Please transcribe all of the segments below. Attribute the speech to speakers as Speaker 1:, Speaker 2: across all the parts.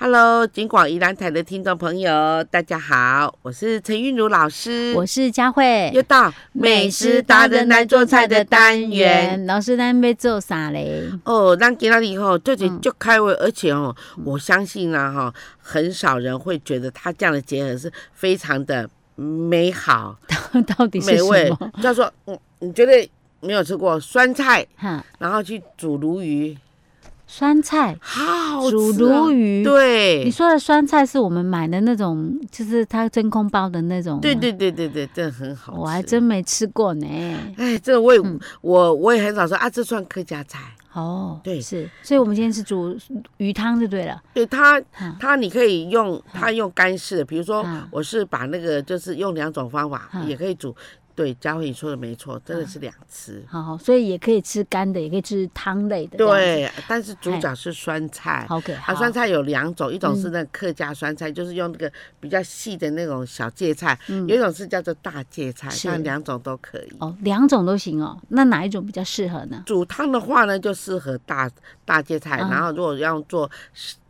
Speaker 1: Hello，金广宜兰台的听众朋友，大家好，我是陈韵如老师，
Speaker 2: 我是佳慧，
Speaker 1: 又到嗯美食达人来做菜的单元。
Speaker 2: 老师，咱要做啥嘞？
Speaker 1: 哦，咱今天里吼，这就
Speaker 2: 嗯
Speaker 1: 就开胃，而且哦，我相信啦、哈，很少人会觉得它这样的结合是非常的美好、
Speaker 2: 到底是
Speaker 1: 美味
Speaker 2: 什么？。
Speaker 1: 叫做嗯，你觉得没有吃过酸菜，
Speaker 2: 哈，
Speaker 1: 然后去煮鲈鱼，
Speaker 2: 酸菜，
Speaker 1: 好好吃、啊
Speaker 2: 煮鲈。鱼。，你
Speaker 1: 对，
Speaker 2: 说的酸菜是我们买的那种，就是它真空包的那种吗。
Speaker 1: 对对对对对，真的很好吃。
Speaker 2: 我还真没吃过呢。
Speaker 1: 哎，这个我也、
Speaker 2: 嗯
Speaker 1: 我我也很少说啊，这算客家菜。
Speaker 2: 哦，
Speaker 1: 对
Speaker 2: 是，所以我们今天是煮鱼汤就对了。
Speaker 1: 对它
Speaker 2: 嗯，
Speaker 1: 它你可以用它用干式的，比如说
Speaker 2: 嗯
Speaker 1: 我是把那个就是用两种方法
Speaker 2: 嗯
Speaker 1: 也可以煮。对，佳慧你说的没错，真的是两吃。
Speaker 2: 好，所以也可以吃干的，也可以吃汤类的。这样子。
Speaker 1: 对，但是主角是酸菜。
Speaker 2: 哎好，OK，好。嗯
Speaker 1: 啊，酸菜有两种，一种是那客家酸菜，就是用那个比较细的那种小芥菜，有一种是叫做大芥菜，
Speaker 2: 嗯是
Speaker 1: 像两种都可以。
Speaker 2: 哦，两种都行哦。那哪一种比较适合呢？
Speaker 1: 煮汤的话呢，就适合大大芥菜，
Speaker 2: 嗯
Speaker 1: 然后如果要做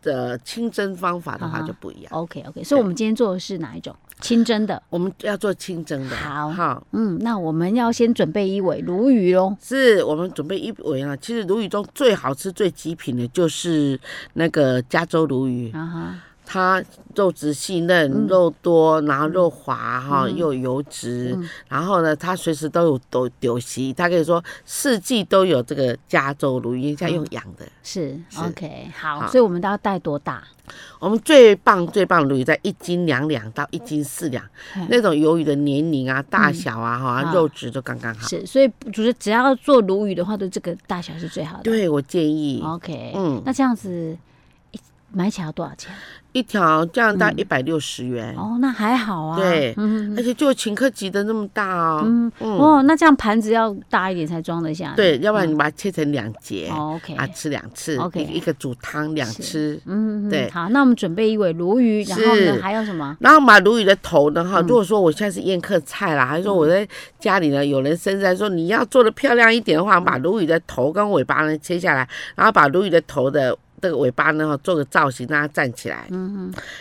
Speaker 1: 呃清蒸方法的话
Speaker 2: 嗯哼
Speaker 1: 就不一样。
Speaker 2: OK OK，所以我们今天做的是哪一种？清 蒸的。
Speaker 1: 我们要做清蒸的，
Speaker 2: 好
Speaker 1: 好
Speaker 2: 嗯，那我们要先准备一尾鲈鱼喽。
Speaker 1: 是我们准备一尾啊。其实鲈鱼中最好吃、最极品的就是那个加州鲈鱼，
Speaker 2: 啊嗯哈，
Speaker 1: 它肉质细嫩、肉多，然后
Speaker 2: 嗯
Speaker 1: 肉滑哈、又有油脂，然后呢，它随时都有都有席，它可以说四季都有这个加州鲈鱼，像用
Speaker 2: 嗯
Speaker 1: 养的。
Speaker 2: 是
Speaker 1: 是
Speaker 2: OK，好，
Speaker 1: 好
Speaker 2: 所以我们都要带多大？
Speaker 1: 我们最棒最棒的鲈鱼在一斤两两到一斤四两
Speaker 2: 嗯，
Speaker 1: 那种鱿鱼的年龄啊、大小啊、哈、
Speaker 2: 好
Speaker 1: 肉质都刚刚好。
Speaker 2: 是，所以就是只要做鲈鱼的话，都这个大小是最好的。
Speaker 1: 对，我建议。
Speaker 2: ，OK，
Speaker 1: 嗯
Speaker 2: 哦哎那这样子一买起来要多少钱？
Speaker 1: 一条这样大一百六十元，
Speaker 2: 嗯哦，那还好啊。
Speaker 1: 对
Speaker 2: 嗯
Speaker 1: 而且就请客级的那么大哦。
Speaker 2: 嗯，哦，那这样盘子要大一点才装得下。
Speaker 1: 对，要不然你把它切成两节、
Speaker 2: 嗯哦，OK，
Speaker 1: 啊，吃两次
Speaker 2: OK
Speaker 1: 一一个煮汤两吃。
Speaker 2: 嗯，嗯嗯
Speaker 1: 对
Speaker 2: 好，那我们准备一尾鲈鱼，然后
Speaker 1: 是
Speaker 2: 呢还有什么？
Speaker 1: 然后买鲈鱼的头呢，
Speaker 2: 嗯
Speaker 1: 哈，如果说我现在是宴客菜啦，还是说我在家里呢，有人生日还说你要做的漂亮一点的话，把鲈鱼的头跟尾巴呢切下来，然后把鲈鱼的头的这个尾巴呢哈做个造型，让它站起来。嗯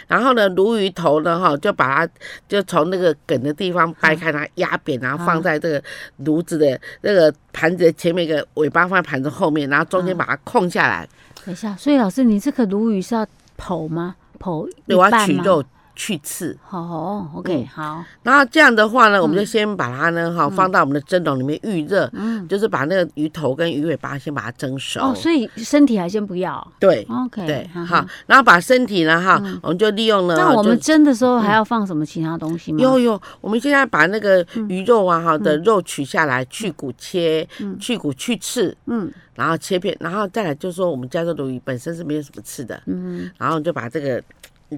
Speaker 1: 然后呢，鲈鱼头呢哈就把它就从那个梗的地方掰开，然后压扁，然后
Speaker 2: 嗯
Speaker 1: 放在这个炉子的那个盘子的前面一个尾巴放在盘子后面，然后中间
Speaker 2: 嗯
Speaker 1: 把它空下来，
Speaker 2: 等一下，所以老师，你这个鲈鱼是要剖吗？剖一
Speaker 1: 我要
Speaker 2: 半
Speaker 1: 取
Speaker 2: 吗
Speaker 1: 肉去刺。
Speaker 2: 哦，OK，
Speaker 1: 嗯
Speaker 2: 好，
Speaker 1: 然后这样的话呢，我们
Speaker 2: 嗯
Speaker 1: 就先把它呢哈、放到我们的蒸笼里面预热，就是把那个鱼头跟鱼尾巴先把它蒸熟。
Speaker 2: 哦，所以身体还先不要
Speaker 1: 对、
Speaker 2: ，OK，
Speaker 1: 对，
Speaker 2: 哈
Speaker 1: 好呃
Speaker 2: 哈。，
Speaker 1: 然后把身体呢哈，我们就利用了哈。
Speaker 2: 那我们
Speaker 1: 就
Speaker 2: 蒸的时候还要放什么嗯其他东西
Speaker 1: 嗯
Speaker 2: 吗？
Speaker 1: 有有，我们现在把那个鱼肉啊哈的肉取下来，去骨切，去骨去刺，
Speaker 2: 嗯
Speaker 1: 然后切片，然后再来就是说我们加州鲈鱼本身是没有什么刺的，
Speaker 2: 嗯，
Speaker 1: 然后就把这个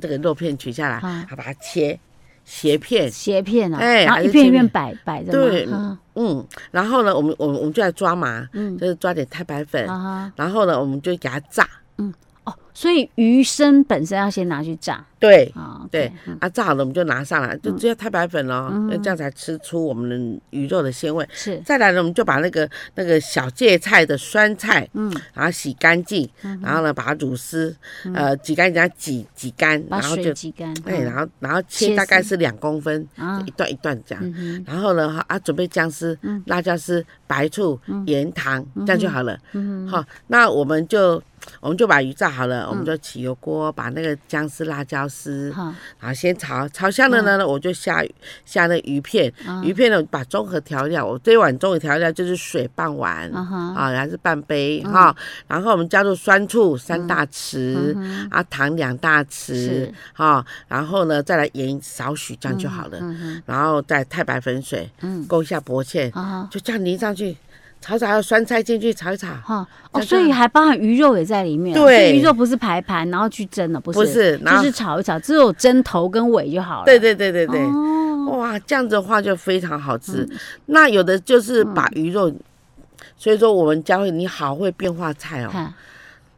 Speaker 1: 这个肉片取下来，
Speaker 2: 好
Speaker 1: 然后把它切斜片，
Speaker 2: 斜片啊，
Speaker 1: 哎
Speaker 2: 然
Speaker 1: 还
Speaker 2: 后
Speaker 1: 是
Speaker 2: 一片一
Speaker 1: 切
Speaker 2: 片
Speaker 1: 面
Speaker 2: 摆摆着嘛，
Speaker 1: 对
Speaker 2: 哈
Speaker 1: 嗯，然后呢，我们我们我们就来抓麻，
Speaker 2: 嗯啊
Speaker 1: 就是抓点太白粉，
Speaker 2: 哈哈，
Speaker 1: 然后呢，我们就给它炸，
Speaker 2: 哦，所以鱼身本身要先拿去炸
Speaker 1: 对。
Speaker 2: 啊，
Speaker 1: 对，啊，炸好了我们就拿上来，
Speaker 2: 嗯
Speaker 1: 就只有太白粉哦，那这样才吃出我们的鱼肉的鲜味。
Speaker 2: 是，
Speaker 1: 再来呢，我们就把那个那个小芥菜的酸菜，
Speaker 2: 嗯，
Speaker 1: 然后洗干净，然后呢把它乳丝，呃，挤干，给它挤挤干，
Speaker 2: 把
Speaker 1: 然后
Speaker 2: 水
Speaker 1: 就，
Speaker 2: 挤干，
Speaker 1: 哎，
Speaker 2: 嗯
Speaker 1: 然后然后切
Speaker 2: 切丝
Speaker 1: 大概是两公分，
Speaker 2: 啊
Speaker 1: 一，段一段这样。
Speaker 2: 嗯
Speaker 1: 然后呢，啊，准备姜丝、辣椒丝、白醋、
Speaker 2: 嗯
Speaker 1: 盐、糖，这样就好了。好，那我们就我们就把鱼炸好了，我们就起油锅，把那个姜丝、辣椒丝
Speaker 2: 哼，，嗯好，嗯
Speaker 1: 好先炒，炒香了呢，我就下下那鱼片，鱼片呢我把综合调料，我这一碗综合调料就是水半碗。
Speaker 2: 啊哈，
Speaker 1: 啊，还是半杯
Speaker 2: 嗯
Speaker 1: 哈、然后我们加入酸醋三大匙，啊糖两大匙
Speaker 2: 嗯是，
Speaker 1: 哈、然后呢再来盐少许，这样就好了。
Speaker 2: 嗯
Speaker 1: 然后再太白粉水，
Speaker 2: 嗯
Speaker 1: 勾一下薄芡，
Speaker 2: 哼，啊
Speaker 1: 就这样淋上去，炒炒，还有酸菜进去炒一炒。
Speaker 2: 哈，哦，
Speaker 1: 加
Speaker 2: 所以
Speaker 1: 上
Speaker 2: 还包含鱼肉也在里面啊，
Speaker 1: 对
Speaker 2: 所以鱼肉不是排盘然后去蒸了，不
Speaker 1: 不是然
Speaker 2: 就
Speaker 1: 后
Speaker 2: 是炒一炒，只有蒸头跟尾就好了，
Speaker 1: 对对对对对，
Speaker 2: 哦嗯
Speaker 1: 哇，这样子的话就非常好吃。那有的就是把鱼肉，所以说我们教会你好会变化菜哦。
Speaker 2: 看，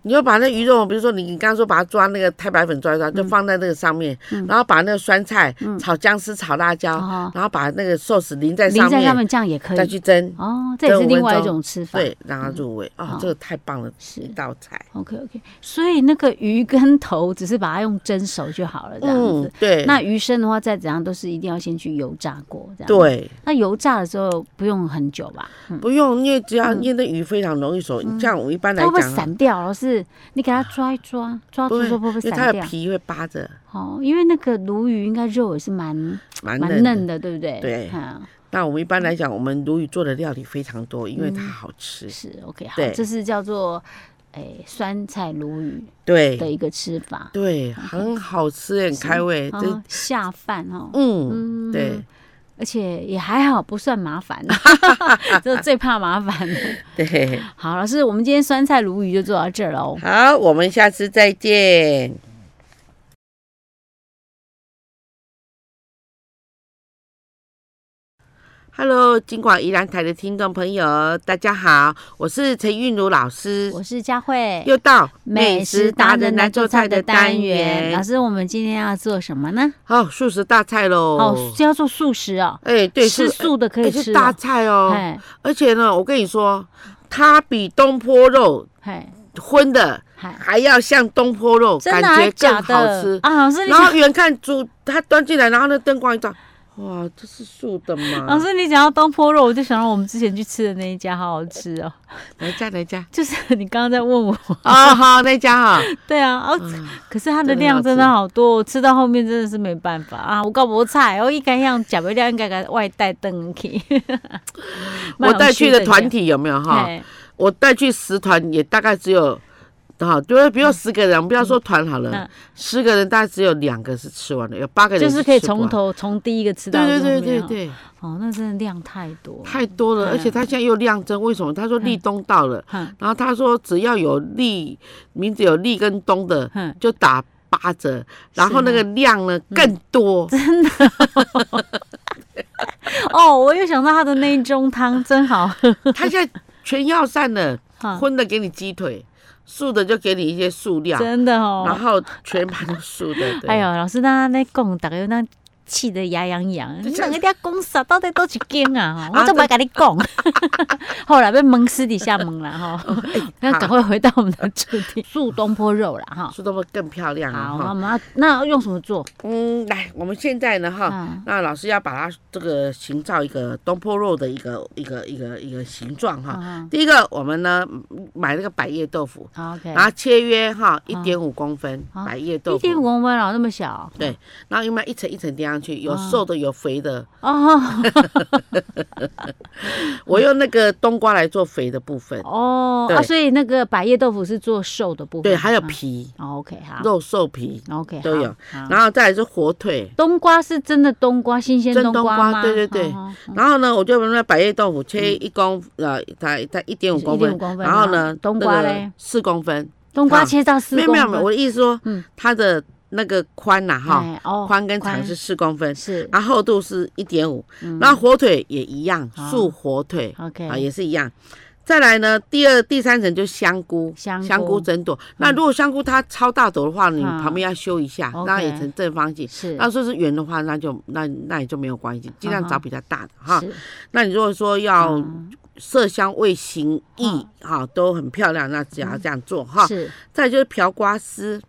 Speaker 1: 你要把那鱼肉，比如说你你刚刚说把它抓那个太白粉抓一
Speaker 2: 嗯
Speaker 1: 抓，就放在那个上面，然后把那个酸菜、炒姜丝、炒辣椒，
Speaker 2: 哦，
Speaker 1: 然后把那个寿司淋在
Speaker 2: 淋
Speaker 1: 上
Speaker 2: 在上
Speaker 1: 面，
Speaker 2: 面这样也可
Speaker 1: 再
Speaker 2: 以。
Speaker 1: 去蒸，
Speaker 2: 哦，这也是
Speaker 1: 蒸五
Speaker 2: 另
Speaker 1: 分
Speaker 2: 外一
Speaker 1: 钟
Speaker 2: 种吃法。
Speaker 1: 对，让它入味。哦
Speaker 2: 好，
Speaker 1: 这个太棒了，
Speaker 2: 是
Speaker 1: 一道菜。
Speaker 2: ，OK OK。所以那个鱼跟头只是把它用蒸熟就好了，这样子。
Speaker 1: 嗯，对，
Speaker 2: 那鱼生的话，再怎样都是一定要先去油炸过，这样。。
Speaker 1: 对，
Speaker 2: 那油炸的时候不用很久吧？
Speaker 1: 不用，因为只要因为那鱼非常容易熟，像我一般来
Speaker 2: 嗯它会不会
Speaker 1: 讲啊，
Speaker 2: 散掉？老师，你给它抓一抓，抓
Speaker 1: 不
Speaker 2: 住
Speaker 1: 会
Speaker 2: 之后会不会
Speaker 1: 因为它
Speaker 2: 散
Speaker 1: 的
Speaker 2: 掉？
Speaker 1: 皮会扒着，
Speaker 2: 哦，因为那个鲈鱼应该肉也是蛮
Speaker 1: 蛮
Speaker 2: 蛮
Speaker 1: 嫩的。
Speaker 2: 嫩的，对不对？
Speaker 1: 对
Speaker 2: 嗯
Speaker 1: 那我们一般来讲，我们鲈鱼做的料理非常多，因为它好吃。
Speaker 2: 是 OK。好，
Speaker 1: 对
Speaker 2: 这是叫做诶酸菜鲈鱼的
Speaker 1: 对
Speaker 2: 一个吃法，
Speaker 1: 对，很好吃，很开胃。这
Speaker 2: 啊，下饭哦。
Speaker 1: 嗯，
Speaker 2: 嗯
Speaker 1: 对，
Speaker 2: 而且也还好，不算麻 烦，这最怕麻烦了。
Speaker 1: 对，
Speaker 2: 好，老师，我们今天酸菜鲈鱼就做到这儿喽。
Speaker 1: 好，我们下次再见。Hello，金广宜兰台的听众朋友，大家好，我是陈韵如老师，
Speaker 2: 我是佳慧，
Speaker 1: 又到
Speaker 2: 美食达人来做菜的单元。老师，我们今天要做什么呢？
Speaker 1: 好，素食大菜喽。
Speaker 2: 哦，就要做素食哦，
Speaker 1: 哎、对，
Speaker 2: 吃
Speaker 1: 是
Speaker 2: 素的可
Speaker 1: 而
Speaker 2: 以
Speaker 1: 且
Speaker 2: 吃
Speaker 1: 是
Speaker 2: 哦
Speaker 1: 大菜哦，
Speaker 2: 嘿，
Speaker 1: 而且呢，我跟你说，它比东坡肉
Speaker 2: 嘿，
Speaker 1: 荤的
Speaker 2: 嘿，
Speaker 1: 还要像东坡肉，
Speaker 2: 真
Speaker 1: 感
Speaker 2: 的还
Speaker 1: 觉
Speaker 2: 是假
Speaker 1: 更好
Speaker 2: 的
Speaker 1: 吃。
Speaker 2: 啊？老师，你
Speaker 1: 然后
Speaker 2: 想，
Speaker 1: 远看煮，它端进来，然后那灯光一照，哇，这是素的
Speaker 2: 老
Speaker 1: 吗？
Speaker 2: 师，你讲到东坡肉，我就想到我们之前去吃的那一家，好好吃哦。
Speaker 1: 哪一家？哪一家？
Speaker 2: 就是你刚刚在问我，
Speaker 1: 哦，好，那一家哈、
Speaker 2: 对啊，哦，
Speaker 1: 嗯
Speaker 2: 可是它的
Speaker 1: 真的
Speaker 2: 量
Speaker 1: 好
Speaker 2: 真的好多，我吃到后面真的是没办法啊！我搞不菜，我一该样假不料应该给外带 登去。
Speaker 1: 我带去的团体有没有哈？
Speaker 2: 嘿，
Speaker 1: 我带去十团，也大概只有。哈，就是不要十个人，不要说团好了
Speaker 2: 嗯，
Speaker 1: 十个人大概只有两个是吃完的，有八个人
Speaker 2: 就是可以
Speaker 1: 吃不
Speaker 2: 从
Speaker 1: 完。
Speaker 2: 头从第一个吃到
Speaker 1: 对
Speaker 2: 后
Speaker 1: 对对
Speaker 2: 面
Speaker 1: 对
Speaker 2: 啊
Speaker 1: 对，
Speaker 2: 哦，那真的量太 多，
Speaker 1: 太多了，
Speaker 2: 哎
Speaker 1: 而且他现在又量增，为什么？他说
Speaker 2: 嗯
Speaker 1: 立冬到了，
Speaker 2: 哼
Speaker 1: 然后他说只要有立名字有立跟冬的
Speaker 2: 哼，
Speaker 1: 就打八折，然后
Speaker 2: 是吗啊嗯
Speaker 1: 那个量呢更多。
Speaker 2: 哦，我又想到他的那一盅汤真好 喝，
Speaker 1: 他现在全要散 了，
Speaker 2: 哈
Speaker 1: 荤的给你鸡腿，素的就给你一些素料，
Speaker 2: 真的
Speaker 1: 然
Speaker 2: 哦。
Speaker 1: 后全盘都素的。 对
Speaker 2: 哎 呦，老师，那那讲，大家那气得牙痒痒，
Speaker 1: 这
Speaker 2: 你
Speaker 1: 这
Speaker 2: 两个在讲啥？到底都是间啊？我
Speaker 1: 啊
Speaker 2: 都没跟你讲。 后来被蒙私底下蒙 了哈，
Speaker 1: 哎
Speaker 2: 那赶快回到我们的主题，素东坡肉了哈。
Speaker 1: 素的会更漂亮
Speaker 2: 好，
Speaker 1: 啊！
Speaker 2: 那我
Speaker 1: 哈，
Speaker 2: 们要那要用什么做？
Speaker 1: 嗯，来，我们现在呢哈。
Speaker 2: 嗯，
Speaker 1: 那老师要把它这个形造一个东坡肉的一个一个一个一个形状哈，
Speaker 2: 嗯
Speaker 1: 第一个，我们呢嗯买那个百叶豆腐，
Speaker 2: 好，OK。
Speaker 1: 然后切约哈一
Speaker 2: 嗯
Speaker 1: 点五公分
Speaker 2: 好
Speaker 1: 百叶豆
Speaker 2: 一
Speaker 1: 腐，
Speaker 2: 点五公分了，那么小
Speaker 1: 然后又慢慢一层一层叠上去，有
Speaker 2: 嗯
Speaker 1: 瘦的有肥的。
Speaker 2: 哦
Speaker 1: 我用那个冬瓜来做肥的部分，
Speaker 2: 哦
Speaker 1: 对
Speaker 2: 啊！所以那个百叶豆腐是做瘦的部分，
Speaker 1: 对，还有
Speaker 2: 嗯
Speaker 1: 皮，
Speaker 2: 哦，OK，好
Speaker 1: 肉瘦皮，
Speaker 2: ，OK，
Speaker 1: 都
Speaker 2: 好
Speaker 1: 有。
Speaker 2: 好
Speaker 1: 然后再来是火腿，
Speaker 2: 冬瓜是真的冬瓜，新鲜
Speaker 1: 真
Speaker 2: 冬
Speaker 1: 冬
Speaker 2: 瓜
Speaker 1: 瓜
Speaker 2: 吗？
Speaker 1: 对对对
Speaker 2: 哦哦
Speaker 1: 然后呢，我就把那百叶豆腐切
Speaker 2: 嗯
Speaker 1: 一公呃，它它一点五
Speaker 2: 就是
Speaker 1: 公
Speaker 2: 1.5
Speaker 1: 分，
Speaker 2: 公分啊
Speaker 1: 然后呢，
Speaker 2: 冬瓜嘞，
Speaker 1: 四公分，
Speaker 2: 冬瓜
Speaker 1: 啊
Speaker 2: 切到四
Speaker 1: 没有
Speaker 2: 公
Speaker 1: 没有
Speaker 2: 分，
Speaker 1: 没有，我的意思说
Speaker 2: 嗯，
Speaker 1: 它的那个宽呐哈，
Speaker 2: 哎哦
Speaker 1: 宽跟长是四公分，
Speaker 2: 是
Speaker 1: 然后厚度是一点五，
Speaker 2: 嗯
Speaker 1: 然后火腿也一样
Speaker 2: 好，
Speaker 1: 素火腿啊
Speaker 2: OK，
Speaker 1: 也是一样。再来呢，第二、第三层就香菇，
Speaker 2: 香菇
Speaker 1: 整朵。那如果香菇它超大朵的话，你
Speaker 2: 嗯
Speaker 1: 旁边要修一下，
Speaker 2: OK
Speaker 1: 让它也成正方形。
Speaker 2: 是啊
Speaker 1: 那说是圆的话，那就那那也就没有关系，尽量
Speaker 2: 嗯
Speaker 1: 找
Speaker 2: 哼
Speaker 1: 比较大的哈。
Speaker 2: 是
Speaker 1: 那你如果说要
Speaker 2: 嗯
Speaker 1: 色香味形意
Speaker 2: 嗯
Speaker 1: 哈都很漂亮，那只要这样做哈。
Speaker 2: 是
Speaker 1: 再来就是瓢瓜丝、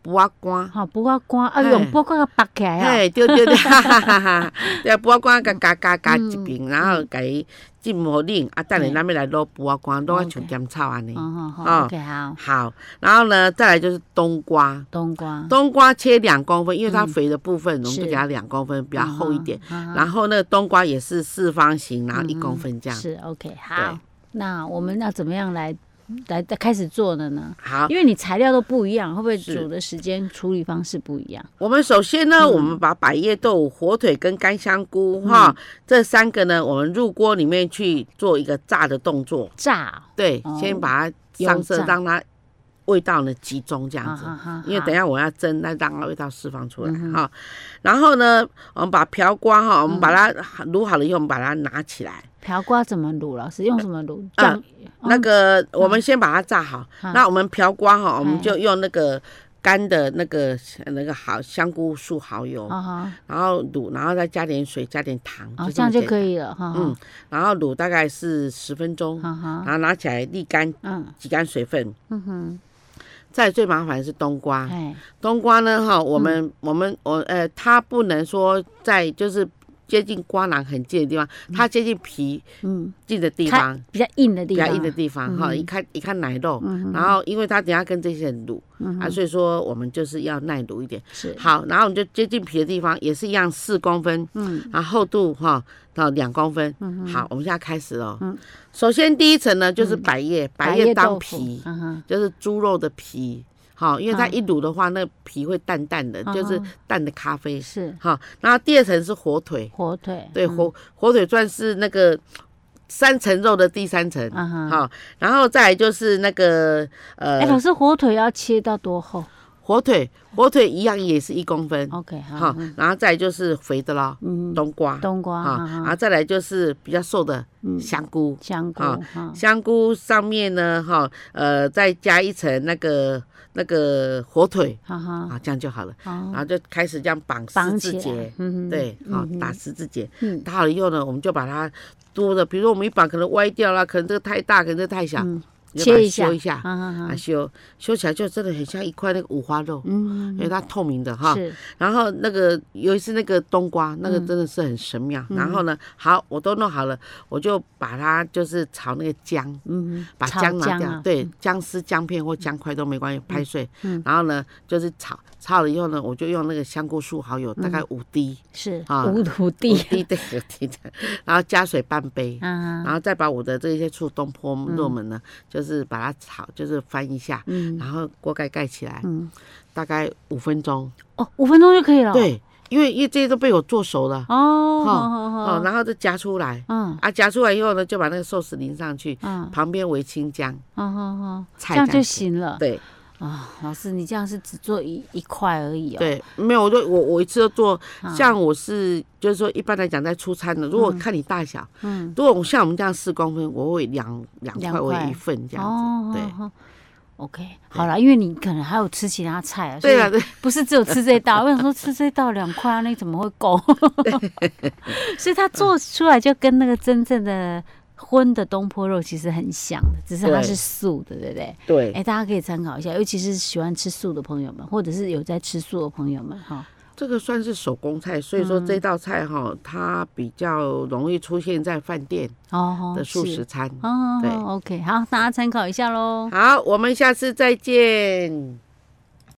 Speaker 1: 卜啊瓜，
Speaker 2: 好，不过瓜啊，
Speaker 1: 嘿
Speaker 2: 用不过拔起来啊，
Speaker 1: 嘿，对对对，哈哈哈哈！对，卜瓜甲加加加一
Speaker 2: 嗯
Speaker 1: 边，然后甲伊浸无冷，啊，等下
Speaker 2: 嘿
Speaker 1: 咱们来卤卜瓜，卤啊
Speaker 2: OK
Speaker 1: 像咸草安尼。
Speaker 2: 嗯好
Speaker 1: 啊
Speaker 2: 好，OK，好，
Speaker 1: 好，然后呢，再来就是冬瓜，
Speaker 2: 冬瓜，
Speaker 1: 冬瓜切两公分，因为它
Speaker 2: 嗯
Speaker 1: 肥的部分，我们
Speaker 2: 是
Speaker 1: 就给它两公分，比
Speaker 2: 比
Speaker 1: 较厚一点。，
Speaker 2: 然
Speaker 1: 然后那个冬瓜也是四方形，然后一
Speaker 2: 嗯
Speaker 1: 公分这样。
Speaker 2: 是 OK，好，那我们要怎么样来来开始做的呢？
Speaker 1: 好，
Speaker 2: 因为你材料都不一样，会不会
Speaker 1: 啊是
Speaker 2: 煮的时间、处理方式不一样？
Speaker 1: 我们首先呢，我们把百叶豆、火腿跟干香菇哈这三个呢，我们入锅里面去做一个炸的动作。
Speaker 2: 炸
Speaker 1: 对
Speaker 2: 哦，
Speaker 1: 先把它
Speaker 2: 油
Speaker 1: 上色，
Speaker 2: 炸
Speaker 1: 让它味道呢集中这样子。
Speaker 2: 哈啊哈
Speaker 1: 因为等一下我要蒸，那让它味道释放出来哈、
Speaker 2: 嗯嗯哼
Speaker 1: 然后呢，我们把瓢瓜哈，我们把它
Speaker 2: 嗯
Speaker 1: 卤好了以后，我们把它拿起来。
Speaker 2: 瓢瓜怎么卤？老师用什么卤？
Speaker 1: 呃
Speaker 2: 酱、哦
Speaker 1: 那个我们先把它炸好，
Speaker 2: 嗯
Speaker 1: 那我们瓢瓜哈，我们
Speaker 2: 哎
Speaker 1: 就用那个干的那个那个好香菇素蚝油，
Speaker 2: 啊哈，
Speaker 1: 然后卤，然后再加点水，加点糖，
Speaker 2: 哦，这
Speaker 1: 么
Speaker 2: 样就
Speaker 1: 简
Speaker 2: 可以了，哦哈
Speaker 1: 嗯
Speaker 2: 哈，
Speaker 1: 然后卤大概是十分钟，
Speaker 2: 哈哈，
Speaker 1: 然后拿起来沥干，
Speaker 2: 嗯
Speaker 1: 挤干水分。
Speaker 2: 嗯哼，
Speaker 1: 再最麻烦的是冬瓜，
Speaker 2: 哎，嗯
Speaker 1: 冬瓜呢哈，我们、我们我呃，它不能说在就是接近瓜囊很近的地方，它接近皮
Speaker 2: 嗯，
Speaker 1: 近的地
Speaker 2: 它
Speaker 1: 方，
Speaker 2: 比较硬的
Speaker 1: 比
Speaker 2: 地
Speaker 1: 较
Speaker 2: 方，
Speaker 1: 硬的地方哈，
Speaker 2: 嗯
Speaker 1: 一看一看奶肉。
Speaker 2: 嗯
Speaker 1: 然后，因为它等一下跟这些很卤、
Speaker 2: 嗯
Speaker 1: 啊，所以说我们就是要耐卤一点。
Speaker 2: 是，
Speaker 1: 好，然后你就接近皮的地方也是一样，四公分，
Speaker 2: 嗯
Speaker 1: 然后厚度哈到两公分。
Speaker 2: 嗯
Speaker 1: 好，我们现在开始哦。
Speaker 2: 嗯
Speaker 1: 首先第一层呢就是百叶，百叶当
Speaker 2: 豆腐
Speaker 1: 皮，
Speaker 2: 嗯哼，
Speaker 1: 就是猪肉的皮。好，因为它
Speaker 2: 啊
Speaker 1: 一卤的话，那个皮会淡淡的，就是
Speaker 2: 啊哈
Speaker 1: 淡的咖啡。
Speaker 2: 是
Speaker 1: 好，然后第二层是火腿，
Speaker 2: 火腿，
Speaker 1: 对，
Speaker 2: 嗯，
Speaker 1: 火火腿算是那个三层肉的第三层。
Speaker 2: 啊哈，
Speaker 1: 好，然后再来就是那个
Speaker 2: 哎，老
Speaker 1: 呃
Speaker 2: 师，火腿要切到多厚
Speaker 1: 火腿，火腿一样也是一公分。
Speaker 2: ？OK，好
Speaker 1: 好，，然后再来就是肥的咯，
Speaker 2: 哦嗯，
Speaker 1: 冬瓜。
Speaker 2: 冬瓜，
Speaker 1: 啊，
Speaker 2: 哈
Speaker 1: 然
Speaker 2: 哈，
Speaker 1: 后再来就是比较瘦的
Speaker 2: 嗯
Speaker 1: 香菇，
Speaker 2: 香菇，
Speaker 1: 啊
Speaker 2: 哈，
Speaker 1: 香菇上面呢，哈，呃，再加一层那个那个火腿
Speaker 2: 哈哈，
Speaker 1: 啊，这样就好了。然
Speaker 2: 哦，
Speaker 1: 后就开始这样绑十
Speaker 2: 绑
Speaker 1: 字
Speaker 2: 起
Speaker 1: 结
Speaker 2: 来，，嗯哼
Speaker 1: 对，好、
Speaker 2: 嗯
Speaker 1: 打十字结。
Speaker 2: 嗯
Speaker 1: 打好了以后呢，我们就把它多的，比如说我们一绑可能歪掉了，可能这个太大，可能这个太小，
Speaker 2: 嗯，
Speaker 1: 你就把它
Speaker 2: 切一下
Speaker 1: 修一下，
Speaker 2: 嗯哈哈
Speaker 1: 啊
Speaker 2: 哈，
Speaker 1: 修修起来就真的很像一块那个五花肉，
Speaker 2: 嗯
Speaker 1: 因，为它透明的哈。
Speaker 2: 是，
Speaker 1: 然后那个有一次那个冬瓜，那个
Speaker 2: 嗯
Speaker 1: 真的是很神妙。然后呢，好，我都弄好了，我就把它就是炒那个姜，
Speaker 2: 嗯，
Speaker 1: 把
Speaker 2: 炒
Speaker 1: 姜拿
Speaker 2: 姜
Speaker 1: 掉，
Speaker 2: 啊
Speaker 1: 对，姜丝、姜片或姜块都没关系，拍碎。
Speaker 2: 嗯
Speaker 1: 然后呢，就是炒，炒了以后呢，我就用那个香菇素蚝油大概
Speaker 2: 嗯
Speaker 1: 五滴，
Speaker 2: 是
Speaker 1: 啊
Speaker 2: 无土
Speaker 1: 五
Speaker 2: 地，
Speaker 1: 滴对五滴的，然后加水半杯。
Speaker 2: 啊，
Speaker 1: 然后再把我的这些醋东坡肉们呢，就是把它炒，就是翻一下，
Speaker 2: 嗯
Speaker 1: 然后锅盖盖起来，
Speaker 2: 嗯，
Speaker 1: 大概五分钟。
Speaker 2: 哦，五分钟就可以了，，
Speaker 1: 对，因为因为这些都被我做熟了，
Speaker 2: 哦，
Speaker 1: 好
Speaker 2: 好好
Speaker 1: 哦，
Speaker 2: 好，
Speaker 1: 然后就夹出来
Speaker 2: 嗯
Speaker 1: 啊，夹出来以后呢，就把那个寿司淋上去，
Speaker 2: 嗯，
Speaker 1: 旁边围青姜，
Speaker 2: 好好好，
Speaker 1: 菜
Speaker 2: 这样
Speaker 1: 这
Speaker 2: 就
Speaker 1: 样子
Speaker 2: 行了。
Speaker 1: 对
Speaker 2: 啊，老师，你这样是只做一一块而已哦。，
Speaker 1: 对，没有，我就我我一次都做，
Speaker 2: 啊
Speaker 1: 像我是就是说一般来讲在出餐的，如果看你大小，
Speaker 2: 嗯，
Speaker 1: 如果像我们这样四公分，我会两两
Speaker 2: 两
Speaker 1: 块为
Speaker 2: 块
Speaker 1: 一份这样
Speaker 2: 哦
Speaker 1: 子，，对。
Speaker 2: 好好 OK，好啦，因为你可能还有吃其他菜啊，所以
Speaker 1: 对啊，对，
Speaker 2: 不是只有吃这一道。我 想说吃这一道两块，那怎么会够？ 所以它做出来就跟那个真正的荤的东坡肉其实很像的，只是它
Speaker 1: 对
Speaker 2: 是素的，对不对？哎、
Speaker 1: 对，
Speaker 2: 大家可以参考一下，尤其是喜欢吃素的朋友们，或者是有在吃素的朋友们哈。
Speaker 1: 这个算是手工菜，所以
Speaker 2: 嗯
Speaker 1: 说这道菜哈，它比较容易出现在饭店
Speaker 2: 哦，
Speaker 1: 的素食
Speaker 2: 是
Speaker 1: 餐。
Speaker 2: 哦
Speaker 1: 对
Speaker 2: ，OK，好，大家参考一下喽。
Speaker 1: 好，我们下次再见。